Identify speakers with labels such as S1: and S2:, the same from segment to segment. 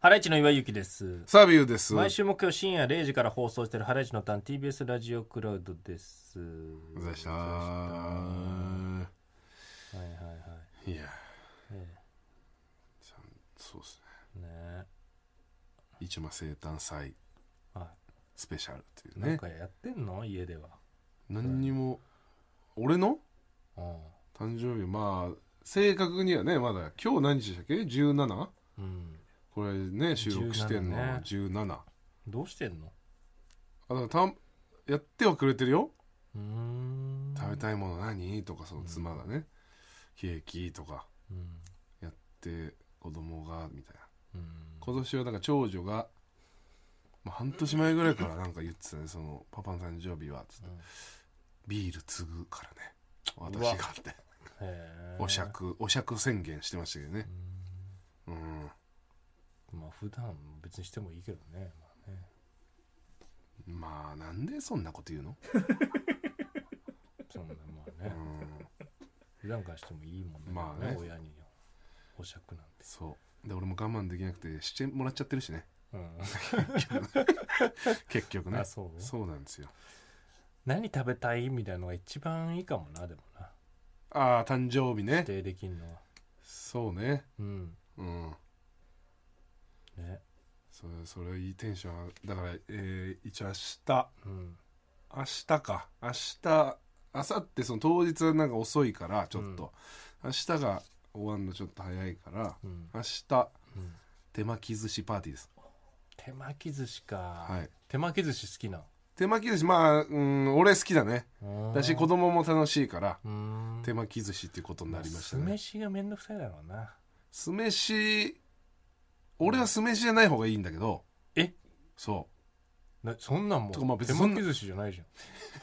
S1: ハライチの岩井ゆきです。
S2: サビューです。
S1: 毎週木曜深夜0時から放送しているハライチのターン TBS ラジオクラウドです。
S2: お疲れ様でした。
S1: はいはいはい
S2: や、
S1: え
S2: ちゃんそうです
S1: い。
S2: ね。
S1: ね
S2: 一馬生誕祭
S1: は
S2: スペシャルっていう
S1: い。なん
S2: ね
S1: か。やってんの家では。
S2: 何にも、俺の
S1: う
S2: 誕生日、まあ、正確にはね、まだ、今日何日でしたっけ ?17?
S1: ん。うん。
S2: これね、収録してんの
S1: 17ね
S2: 17。あ、
S1: どうしてんの
S2: だからたんやってはくれてるよ。
S1: うーん。
S2: 食べたいもの何とか、その妻がね、ケーキとか
S1: うん。
S2: やって、子供が、みたいな。
S1: うん。
S2: 今年はなんか長女が、まあ、半年前ぐらいからなんか言ってたねそのパパの誕生日はつって、
S1: うん
S2: ビール継ぐからね
S1: うわ
S2: 私がって
S1: へー
S2: お酌お酌宣言してましたけどねうん、
S1: まあ普段別にしてもいいけどね。まあね
S2: まあなんでそんなこと言うの、
S1: そんなまあ
S2: う
S1: ね。
S2: ん、
S1: 普段からしてもいいもんね。
S2: まあね
S1: 親にお酌なんて。
S2: そうで俺も我慢できなくてしてもらっちゃってるしね
S1: うん。
S2: 結局 ね
S1: あそう
S2: そうなんですよ
S1: 何食べたいみたいなのが一番いいかもなでもな
S2: ああ誕生日ね
S1: 指定できんのは
S2: そうね
S1: うん
S2: うん
S1: ね
S2: それそれいいテンション上がだから、えー一応明日
S1: うん
S2: 明日か明日明後日その当日はなんか遅いからちょっと、明日が終わるのちょっと早いから
S1: うん、
S2: 明日
S1: うん、
S2: 手巻き寿司パーティーです
S1: 手巻き寿司か、
S2: はい
S1: 手巻き寿司好きな
S2: 手巻き寿司まあうん俺好きだね
S1: の
S2: だし子供も楽しいから
S1: うん
S2: 手巻き寿司っていうことになりました
S1: 酢
S2: ね
S1: 飯がめんどくさいだろうな
S2: 酢飯俺は酢飯じゃない方がいいんだけど
S1: え
S2: そ
S1: なそんなんも
S2: てかまあ
S1: う
S2: 別
S1: 手
S2: にそん
S1: 巻
S2: な
S1: き寿司じゃないじ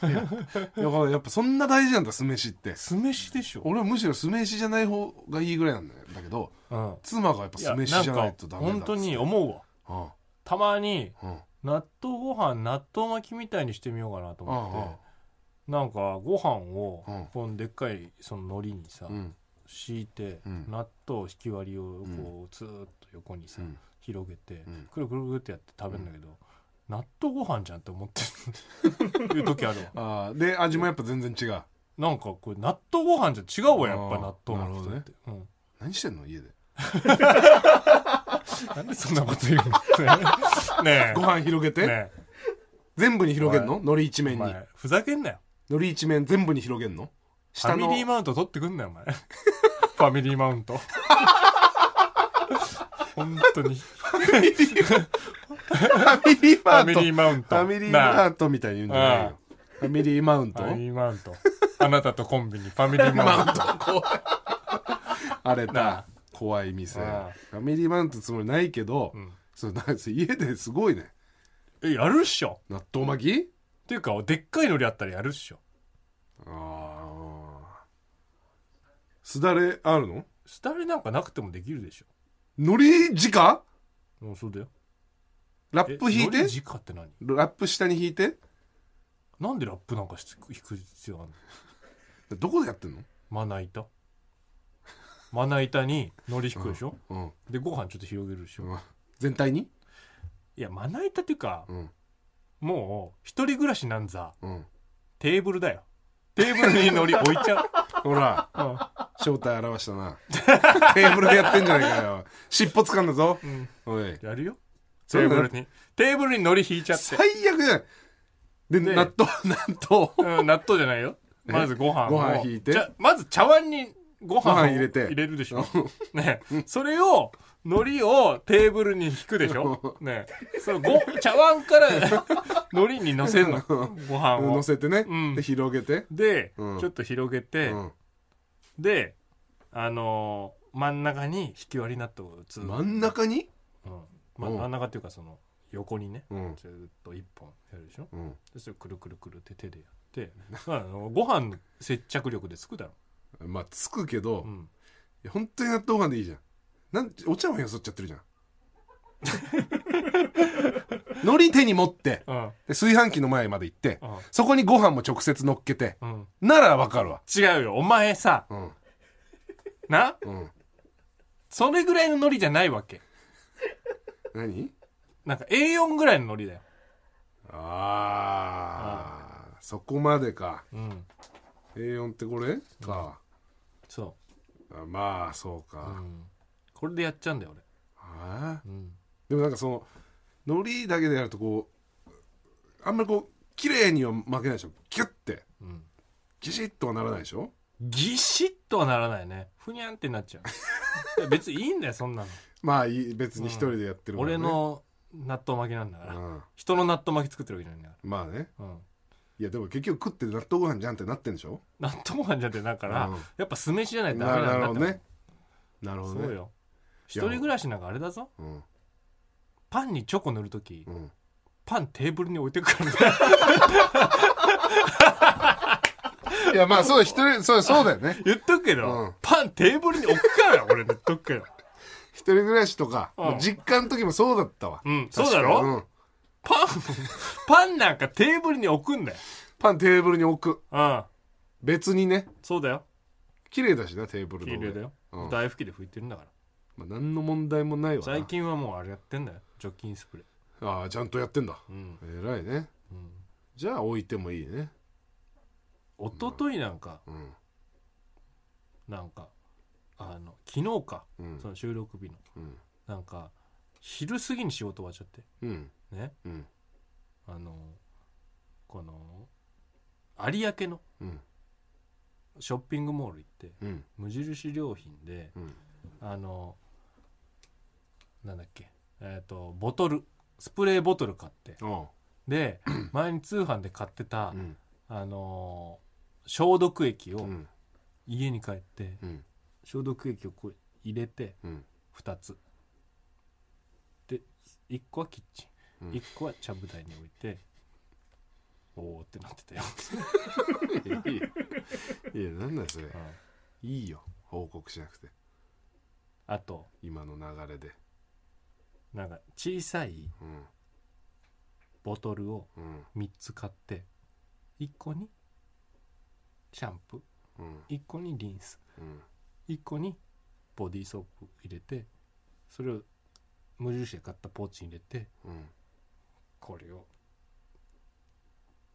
S1: ゃん
S2: うだからやっぱそんな大事なんだ酢飯って
S1: 酢飯でしょ、
S2: 俺はむしろ酢飯じゃない方がいいぐらいなんだよだけど
S1: うん、
S2: 妻がやっぱ酢飯じゃないとダメだっ
S1: ん
S2: つ
S1: か
S2: って
S1: 本当に思うわ
S2: う
S1: たまに
S2: んうん
S1: 納豆ご飯納豆巻きみたいにしてみようかなと思って、なんかご飯を
S2: うん
S1: このでっかいその海苔にさ、
S2: うん
S1: 敷いて、
S2: うん
S1: 納豆引き割りをこうずーっと横にさ、
S2: うん
S1: 広げて、
S2: うん
S1: くるくるくるってやって食べるんだけど、納豆ご飯じゃんって思ってるいう時 あるわ
S2: ああで味もやっぱ全然違う
S1: なんかこれ納豆ご飯じゃ違うわやっぱ
S2: あー
S1: 納豆の人って、うん、
S2: 何してんの家で
S1: なんでそんなこと言う のね
S2: ご飯広げ
S1: え
S2: て、
S1: ね
S2: 全部に広げんの海苔一
S1: えお
S2: 面に海
S1: 前ふざけんなよ
S2: 苔一面全部に広げんの
S1: ファミリーマウント取ってくんなよお前 ファミリーマウ ント本当にフ
S2: ファミリーマ
S1: ァ
S2: ウン
S1: ミ
S2: ト
S1: リーマウント
S2: ファミリーマウントみたいに言うんじゃない
S1: なあ
S2: よファミリーマウント
S1: ファミリーマウント。 あなたとコンビニ、ファミリーマウ
S2: マ
S1: ント。
S2: ウント怖い荒れ
S1: な
S2: た
S1: あ
S2: 怖い店
S1: ああ
S2: ファミリーマウントつもりないけど、
S1: うん
S2: そうなんか家ですごいね
S1: え、やるっしょ。
S2: 納豆巻き
S1: っていうか、でっかいのりあったらやるっしょ。
S2: ああすだれあるの
S1: スタイルなんかなくてもできるでしょ。
S2: 海苔直
S1: うん、そうだよ。
S2: ラップ引
S1: え
S2: いて
S1: 海苔直って何
S2: ラップ下に引いて
S1: なんでラップなんかし引く必要あるの
S2: どこでやってんの
S1: まな板。まな板に海苔引くでしょ、
S2: うん、
S1: で、ご飯ちょっと広げるでしょ、い
S2: うん全体に
S1: や、まな板っていうか、
S2: うん
S1: もう、一人暮らしなんざ、
S2: うん
S1: テーブルだよ。テーブルに海苔置いちゃう。
S2: ほら
S1: うん
S2: 正体表したな テーブルでやってんじゃないかよ尻尾つかんだぞ、
S1: ん
S2: おい
S1: やるよ。テ
S2: そう
S1: ー
S2: だ
S1: ブルに。テーブルに海苔引いちゃって
S2: 最。悪じゃないで
S1: ね
S2: 納豆 納豆
S1: うん、納豆じゃないよ。まずご飯を。
S2: ご飯引いて
S1: じゃまず茶碗にご飯を
S2: ご飯入れて
S1: 入れるでしょ。ねそれを、海苔をテーブルに引くでしょ。ねそのご、茶碗から海苔に乗せるの。ご飯
S2: 乗
S1: を。
S2: せてね、
S1: うん
S2: で広げて、
S1: で、
S2: うん
S1: ちょっと広げて、
S2: うん
S1: で、あのー真ん中に引き割り納豆をつ
S2: 真ん中に、
S1: うんま
S2: うん
S1: 真ん中っていうかその、横にね、
S2: うん
S1: ずーっと一本やるでしょ。
S2: うん、
S1: でそれくるくるくるって手でやって、まあ、あのご飯の接着力でつくだろ。
S2: まあつくけど、
S1: う
S2: い
S1: ん
S2: や本当に納豆ご飯でいいじゃんなんお茶碗よそっちゃってるじ ゃん海苔手に持って
S1: うん
S2: で炊飯器の前まで行って
S1: うん
S2: そこにご飯も直接乗っけて
S1: うん
S2: ならわかるわ
S1: 違うよお前さ
S2: うん
S1: な
S2: うん
S1: それぐらいのノリじゃないわけ
S2: 何
S1: なんか A4 ぐらいの海苔だよ。
S2: ああそこまでか
S1: うん。
S2: A4 ってこれか、
S1: そ
S2: あまあそう
S1: う。う
S2: か、
S1: ん。これでやっちゃうんだよ、俺。
S2: あー
S1: うん。
S2: でもなんかその海苔だけでやるとこうあんまりこう綺麗には負けないでしょキュッて
S1: うん。
S2: ギシッとはならないでしょ
S1: ぎしっとはならないね。ふにゃんってなっちゃう。い や別にいいんだよ、そんなの。
S2: まあいい別に一人でやってるからね
S1: 俺、の納豆巻きなんだから。
S2: うん、
S1: 人の納豆巻き作ってるわけじゃないんだか
S2: まあね
S1: ら。うん。
S2: いやでも結局食って納豆ご飯じゃんってなってんでしょ
S1: 納豆飯じゃってだから、
S2: うん
S1: やっぱ酢飯じゃないとダメな
S2: な
S1: ん
S2: なる
S1: だ
S2: ほ
S1: って
S2: どねなるほどね
S1: そうよ一人暮らしなんかあれだぞ
S2: うん
S1: パンにチョコ塗るとき、
S2: うん
S1: パンテーブルに置いてくからね
S2: いやまあそうだ一人そうそうだよね
S1: 言っとくけど、
S2: うん
S1: パンテーブルに置くから俺言っとく けど
S2: 一人暮らしとか、
S1: うん
S2: もう実家の時もそうだったわ、
S1: うん
S2: 確か
S1: そうだろ
S2: うん
S1: パン パンなんかテーブルに置くんだよ
S2: パンテーブルに置く
S1: うん
S2: 別にね
S1: そうだよ
S2: 綺麗だしなテーブルの
S1: 黄
S2: 上
S1: 色だよ、
S2: うん
S1: 大拭きで拭いてるんだから
S2: まあ、何の問題もないわな
S1: 最近はもうあれやってんだよ除菌スプレ
S2: ああちゃんとやってんだ
S1: ーうん、
S2: 偉いね
S1: うん、
S2: じゃあ置いてもいいね
S1: 一昨日なんか
S2: うん
S1: なんかあの昨日か、
S2: うん
S1: その収録日の
S2: うん
S1: なんか昼過ぎに仕事終わっちゃって
S2: うん
S1: ね
S2: うん
S1: あのこの有明の
S2: うん
S1: ショッピングモール行って
S2: うん
S1: 無印良品で
S2: うん
S1: あのなんだっけえっ、とボトルスプレーボトル買って
S2: あ
S1: で前に通販で買ってた
S2: あ、うん
S1: あの消毒液
S2: う
S1: を
S2: ん
S1: 家に帰って
S2: うん
S1: 消毒液をこう入れて
S2: うん
S1: 2つで1個はキッチ
S2: う
S1: ン
S2: ん
S1: 1個はちゃぶ台に置いておーってなって たよ、
S2: いいいやなんだよそれ
S1: うん
S2: いいよ報告しなくて
S1: あと
S2: 今の流れで
S1: なんか小さい
S2: うん
S1: ボトルを
S2: うん
S1: 3つ買って1個にシャンプ
S2: うん
S1: ー1個にリンス
S2: うん
S1: 1個にボディーソープ入れてそれを無印で買ったポーチに入れて
S2: うん
S1: これを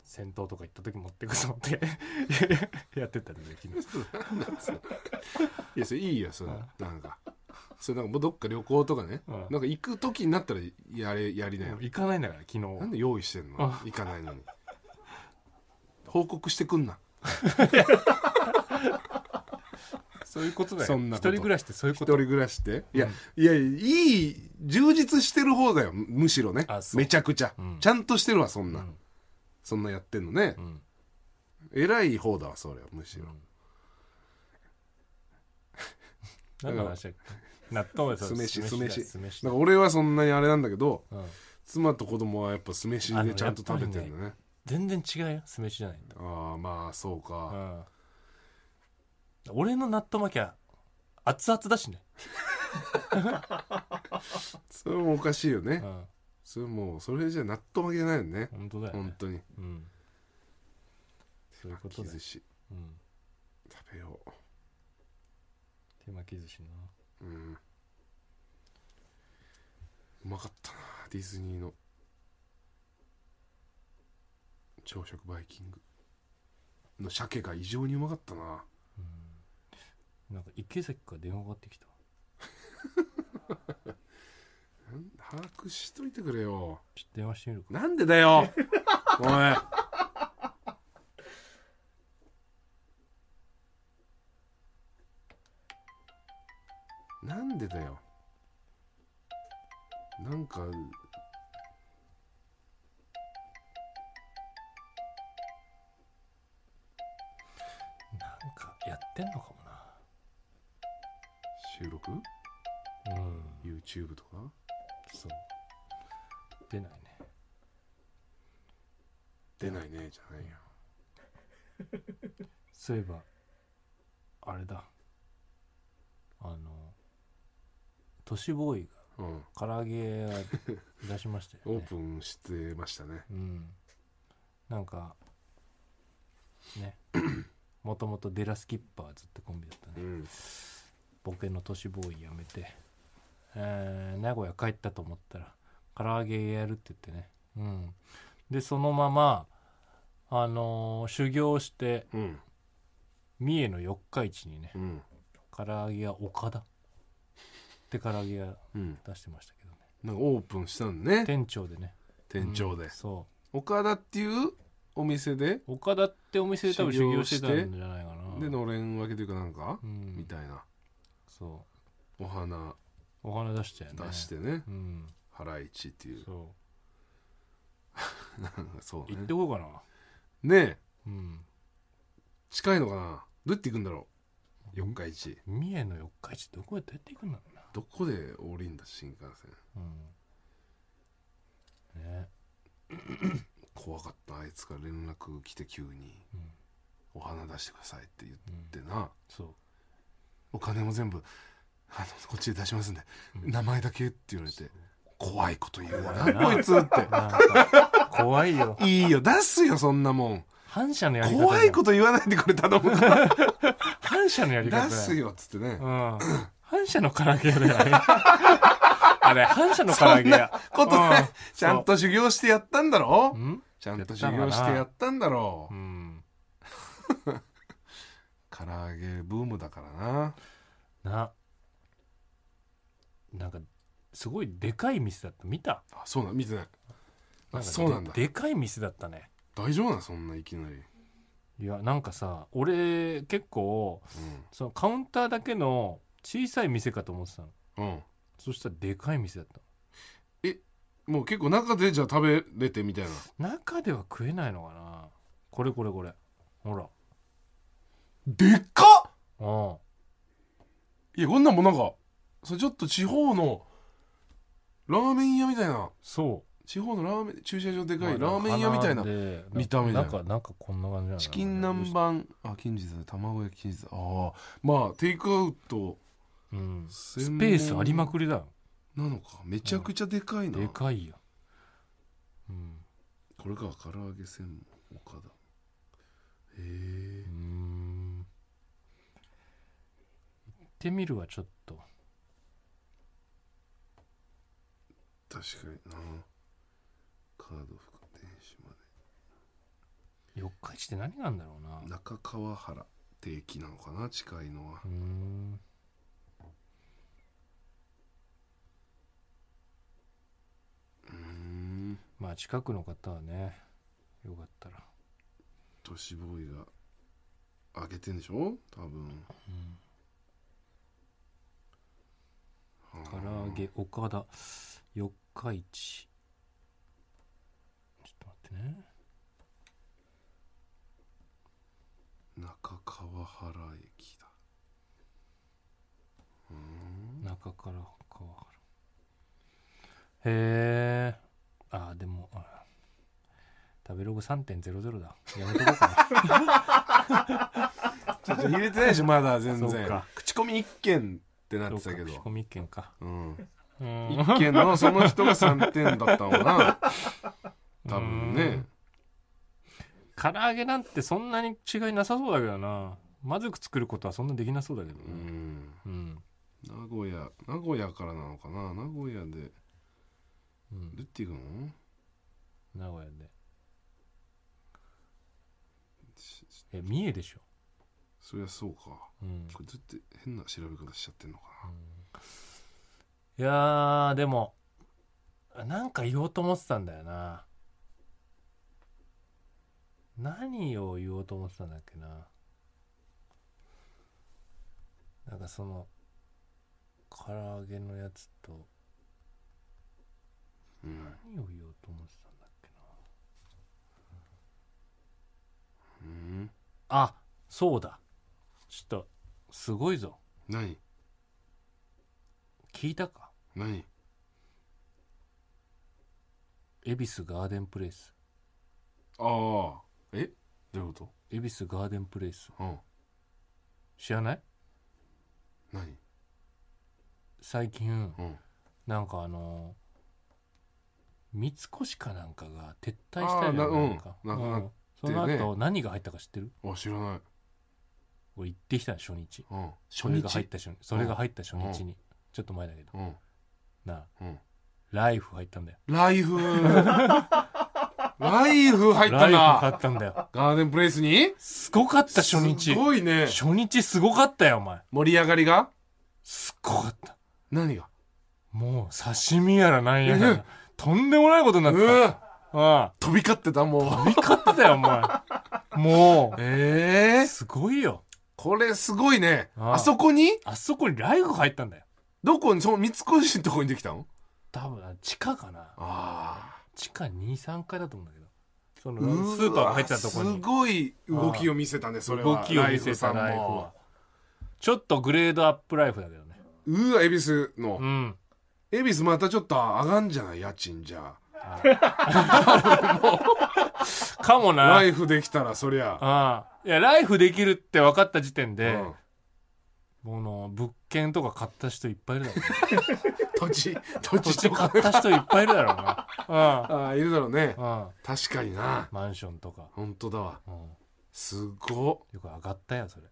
S1: 戦闘とか行った時持ってくぞってやって たんだよ昨日
S2: いやそれいいよそれなんかそれなんかもうどっか旅行とかね
S1: うん
S2: なんか行く時になったらやれやりなよ
S1: もう行かないんだから昨日
S2: なんで用意してんの
S1: あ
S2: 行かないのに報告してくんな
S1: そういうことだよ
S2: そんなこと
S1: 一人暮らしってそういう
S2: 一
S1: こと
S2: 人暮らしっていや、いやいい充実してる方だよむむしろね
S1: あそう
S2: めちゃくちゃ、
S1: うん
S2: ちゃんとしてるわそん
S1: う
S2: な、
S1: ん
S2: そんなやってんのね
S1: う、ん
S2: 偉い方だわそれはむしろ、
S1: 何の話だっけ 納豆は
S2: 酢飯酢飯
S1: 酢飯だ
S2: だから俺はそんなにあれなんだけど
S1: うん
S2: 妻と子供はやっぱ酢飯でちゃんと食べてるんだね
S1: 全然違うよ酢飯じゃないんだ
S2: ああまあそうか、
S1: うん俺の納豆巻きは熱々だしね、
S2: それもおかしいよね、
S1: うん、
S2: それもうそれじゃ納豆負けじゃないよね、
S1: 本当だよ、
S2: 本
S1: ね
S2: 当に
S1: うん、そういうこと
S2: 巻き
S1: だよ
S2: 寿、司
S1: うん、
S2: 食べよ
S1: 手巻き寿司な
S2: ううんうまかったなディズニーの朝食バイキングの鮭が異常にうまかったな
S1: なんか池崎から電話がかってきた
S2: なん把握しといてくれよ
S1: ちょっと電話してみるか
S2: なんで だよおいなんでだよなんか
S1: なんかやってんのかも
S2: 収録
S1: なうん
S2: YouTube とか
S1: そう出ないね
S2: 出ないねじゃないよ
S1: そういえばあれだあの都市ボーイが
S2: うん
S1: 唐揚げは出しましたよ
S2: オー
S1: ね
S2: プンしてましたね
S1: うんなんかねもともとデラスキッパーズってコンビだった
S2: う
S1: ね
S2: ん
S1: ボケの都市ボーイやめてえー名古屋帰ったと思ったら唐揚げやるって言ってね、うん、でそのまま、あのー修行して
S2: うん
S1: 三重の四日市にね
S2: うん
S1: 唐揚げ屋岡田って唐揚げ屋
S2: うん
S1: 出してました けどね
S2: なんかオープンしたのね
S1: 店長でね
S2: 店長で
S1: うん、そ
S2: 岡田っていうお店で
S1: う岡田ってお店で多分修行してた
S2: 修行し
S1: ん
S2: て
S1: じゃないかな
S2: でのれん分けというかなんか
S1: うん
S2: みたいな
S1: そ
S2: お花
S1: うお花出したよね
S2: 出してね
S1: うん
S2: ハライチっていう
S1: そ
S2: なんか そうう
S1: 行
S2: ね
S1: ってこうかな
S2: ねえ
S1: うん
S2: 近いのかなどうやって行くんだろう四日市
S1: 三重の四日市どこへどうやって行くんだろうな
S2: どこで降りんだ新幹線
S1: うんね
S2: 怖かったあいつが連絡来て急に
S1: うん
S2: 「お花出してください」って言っ
S1: うん
S2: てな
S1: そう
S2: お金も全部あのこっちで出しますんで
S1: うん
S2: 名前だけって言われて怖いこと言うわ
S1: 怖いな
S2: なこいつって
S1: なんか怖いよ
S2: いいよ出すよそんなもん
S1: 反射のやり方じゃん
S2: 怖いこと言わないでこれ頼むから
S1: 反射のやり方だよ
S2: 出すよっつってね
S1: うん反射の唐揚げ屋だよ ねあれ反射の唐揚げ屋
S2: ことで
S1: うん
S2: ちゃんと修行してやったんだろ
S1: うん
S2: ちゃんと修行してやったんだろ
S1: う
S2: うん唐揚げブームだからな
S1: ななんかすごいでかい店だった見た
S2: あそうなん見てない
S1: な
S2: あ
S1: んか
S2: そうなんだ
S1: ででかい店だったね
S2: 大丈夫なんそんないきなり
S1: いやなんかさ俺結構そのカウンターだけの小さい店かと思ってたの
S2: うんうん
S1: そしたらでかい店だった
S2: もう結構中でじゃあ食べれてみたいな
S1: 中では食えないのかなこれこれこれほら
S2: でっかっ
S1: うん
S2: いやこんなんもなんかそれちょっと地方のラーメン屋みたいな
S1: そ
S2: 地方のラーメン駐車場で
S1: う
S2: かいラーメン屋みたいな
S1: 並んで
S2: 見た目だよ
S1: なんかなんかこんな感じなの
S2: チキン南蛮あ近日だ卵焼き近日だああまあテイクアウト
S1: うんスペ
S2: 専門
S1: ースありまくりだよ
S2: なのかめちゃくちゃでかいな、
S1: でかいようん
S2: これか唐揚げ専門岡田へ
S1: う
S2: え
S1: ーん行ってみるはちょっと
S2: 確かになカード副店主ま
S1: 四日市って何があるんだろうな
S2: で中川原定期なのかな近いのは
S1: うーん
S2: うーん
S1: まあ近くの方はねよかったら
S2: 都市ボーイが上げてんでしょ多
S1: う
S2: 分
S1: ん
S2: はあ
S1: 唐揚げ岡田四日市ちょっと待ってね
S2: 中川原駅だうーん
S1: 中から川原へえあーでもあ食べログ3.00だやめとこうか
S2: ちょっと入れてないでしょまだ全
S1: そう
S2: 然
S1: か
S2: 口コミ一件ってな
S1: な
S2: ってたけ
S1: そうか口
S2: ど
S1: コミ券か
S2: うん
S1: うーん
S2: 一件のその人が3点だったのかな 多分
S1: う
S2: ね
S1: ん唐揚げなんてそんなに違いなさそうだけどなまずく作ることはそんなできなそうだけど
S2: う
S1: ね
S2: ん
S1: うん
S2: 名古屋名古屋からなのかな名古屋で
S1: う
S2: 出
S1: ん
S2: ていくの
S1: 名古屋でえ三重でしょ
S2: そりゃそうか
S1: うん
S2: これずって変な調べ方しちゃってんのか
S1: いやーでもなんか言おうと思ってたんだよな何を言おうと思ってたんだっけななんかその唐揚げのやつと
S2: なうん
S1: 何を言おうと思ってたんだっけな
S2: うん
S1: あそうだちょっとすごいぞ
S2: 何
S1: 聞いたか
S2: 何
S1: 恵比寿ガーデンプレイス
S2: ああえどういうこ
S1: 恵比寿ガーデンプレイス
S2: とうん
S1: 知らない
S2: 何
S1: 最近、
S2: うん
S1: なんかあのー三越かなんかが撤退した
S2: あ
S1: よ
S2: ー
S1: ね
S2: なうん
S1: なんか、
S2: なくなっ
S1: そ
S2: て
S1: の
S2: ね
S1: 後何が入ったか知ってる
S2: あ知らない
S1: 俺行ってきたの初日
S2: うん初
S1: それが入っ
S2: 日
S1: た初日それが入った初日に、ちょっと前だけど
S2: うん
S1: なあ
S2: うん
S1: ライフ入ったんだよ
S2: ライフライフ入っ
S1: ラ
S2: た
S1: イフ買
S2: な
S1: ったんだよ
S2: ガーデンプレイスに
S1: すごかった初日
S2: すごいね
S1: 初日すごかったよお前
S2: 盛り上がりが
S1: すっごかった
S2: 何が
S1: もう刺身やらなんやら、
S2: うん
S1: とんでもないことになっ
S2: う
S1: てた、
S2: ん
S1: あ
S2: 飛び交ってたも
S1: あ
S2: う
S1: びかってたよお前も
S2: ええ
S1: うすごいよ
S2: これすごいね
S1: あ
S2: あ
S1: あ
S2: そこに
S1: あそこにライフ入ったんだよ
S2: どこにその三越のとこにできたの
S1: 多分あ地下かな
S2: ああ
S1: 地下23階だと思うんだけどその
S2: うわ
S1: スーパーが入ってたとこ
S2: す
S1: に
S2: ごい動きを見せたねそれ
S1: 動
S2: は
S1: きを見せたライフはちょっとグレードアップライフだけどね
S2: うわ恵比寿の
S1: うん
S2: 恵比寿またちょっと上がんじゃない家賃じゃ
S1: かもな
S2: ライフできたらそりゃ
S1: ああいやライフできるって分かった時点
S2: う
S1: で、
S2: ん
S1: もうの物件とか買った人いっぱいいるだろうね
S2: 土地土
S1: 土
S2: 地
S1: 地
S2: と
S1: 買
S2: か
S1: った人いっぱいいるだろうな
S2: ああいるだろうね
S1: うんうん
S2: 確かにな
S1: マンションとか、
S2: 本当だわ
S1: うん、
S2: すご
S1: よく上がったよそれ、
S2: っ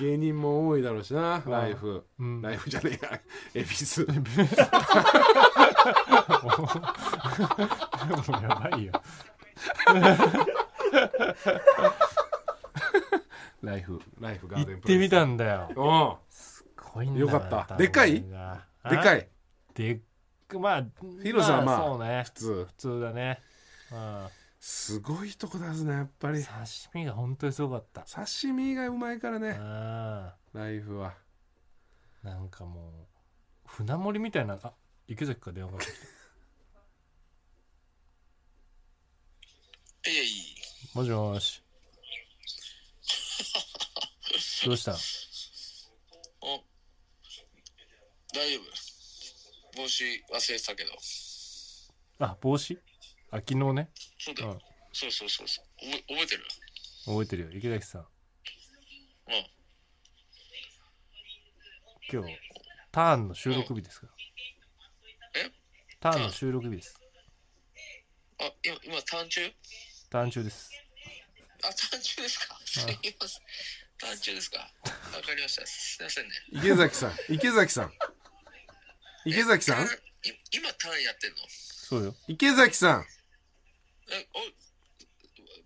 S2: 芸人も多いだろうしなライフ
S1: うん、
S2: ライフじゃねえや恵比寿
S1: もうやばいよ
S2: ライフライフ ガ
S1: 行っ
S2: ーデン
S1: てみた
S2: だ
S1: んだよ
S2: うん
S1: 濃いんだ
S2: よかったでかいでか
S1: い
S2: い
S1: でっかまあ
S2: 広さはまあ
S1: そうね
S2: 普通
S1: 普通だねうん
S2: すごいとこだすねやっぱり
S1: 刺身が本当にすごかった
S2: 刺身がうまいから
S1: うん
S2: ね
S1: な
S2: ライフは
S1: んかもう船盛りみたいなあ池崎から電話が
S3: えい、
S1: もしもし。どうした
S3: お大丈夫。帽子忘れてたけど。
S1: あ、帽子あ、昨日ね。
S3: そうだ
S1: う
S3: よ。
S1: ん。
S3: そうそうそうそう。覚え覚えてる
S1: 覚えてるよ。池崎さん。
S3: うん。
S1: 今日、ターンの収録日ですから。
S3: え
S1: ターンの収録日です。
S3: あ、今、今、単中
S1: ターン中です。
S3: あ、単中ですかすいません。単中ですかわかりました。すいませんね。
S2: 池 崎さん池崎さん池崎さん
S3: い今、単やってんの
S1: そうよ。
S2: 池崎さん
S3: え、お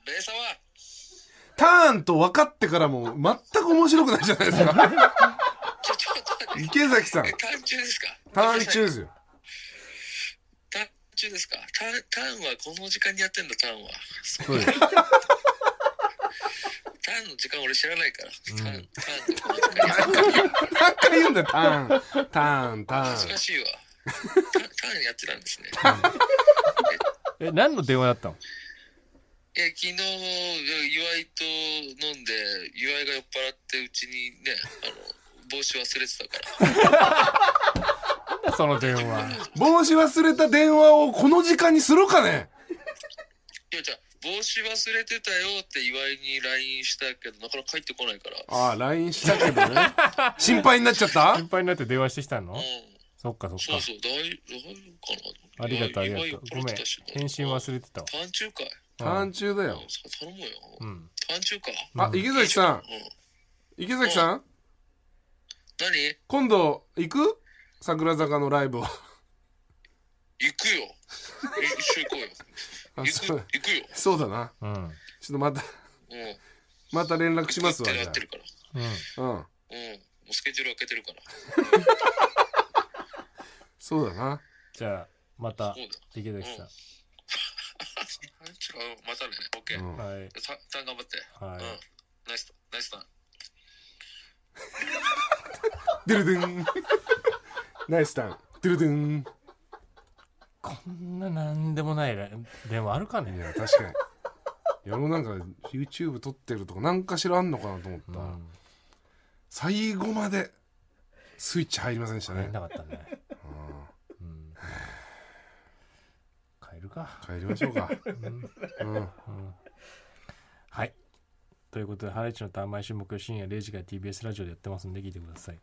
S3: ベーサは
S2: ターンと分かってからも全く面白くないじゃないです か
S3: ちょ、ちょっと待って。
S2: 池崎さん
S3: え単中ですか
S2: ターン中ですよ
S3: 単中ですか単単はこの時間にやってんだ、単は。
S1: そうよ。
S3: ターンの時間俺知らないから。ターン、ターンってこの時間
S2: 何回言うんだよターンターンタ
S3: 恥ず
S2: ー
S3: か
S2: ン
S3: しいわ。タターンやってたんですね。い
S1: え、何の電話だったの
S3: や、昨日、岩井と飲んで、岩井が酔っ払ってうちにね、あの、帽子忘れてたから。
S1: なんだその電話。
S2: 帽子忘れた電話をこの時間にするかね
S3: いや、じゃあ帽子忘れてたよって岩井に LINE したけど、なかなか帰ってこないから。う
S2: ああ LINE したけ どね心配になっちゃった
S1: 心配になって電話してきたの
S3: ん。
S1: そっかそっ
S3: そう
S1: か。
S3: そう、大大丈夫かな
S1: ありがとうありが
S3: 岩井
S1: とう
S3: 酔っ。払
S1: ご
S3: っ
S1: めん
S3: てたし。
S1: 返信忘れてたわ。
S3: ターン中かい。
S2: ターン中だよ
S3: 頼むよ。
S1: うん。
S3: ターン中か。
S2: あ池崎さん
S3: うん。
S2: 池崎さん
S3: 何
S2: 今度行く桜坂のライブを
S3: 行く よ。え一緒に行こうよ。
S2: あ
S3: 行く
S2: そう
S3: 行くよ。
S2: そうだな
S1: うん。うん。
S2: ちょっとまた
S3: うん。
S2: また連絡しますわ
S3: 日程
S2: じ
S3: 合
S2: ゃ
S3: ってるから。
S1: うん。
S2: あうん
S3: うん。もうスケジュール開けてるから。
S2: そうだな
S1: じゃあ、また
S3: そうだ、
S1: 池崎さん。
S3: ちょうんまたね。オッケー。
S2: うん
S1: はい。
S3: たたん頑張って。
S1: はい
S3: うん。ナイス、ナイスターン。
S2: ドゥルドゥンナイスターンドゥルドゥン
S1: こんななんでもないら電話あるか
S2: い
S1: ね。
S2: や確かにいやもうなんか YouTube 撮ってるとか何かしらあんのかなと思った、
S1: うん。
S2: 最後までスイッチ入りませんでした
S1: 入
S2: ね
S1: んなかったね。 うん。変えるか。
S2: 帰りましょうか、うん、
S1: はい。ということで、ハライチのターン毎週木曜深夜0時から TBS ラジオでやってますんで聞いてください。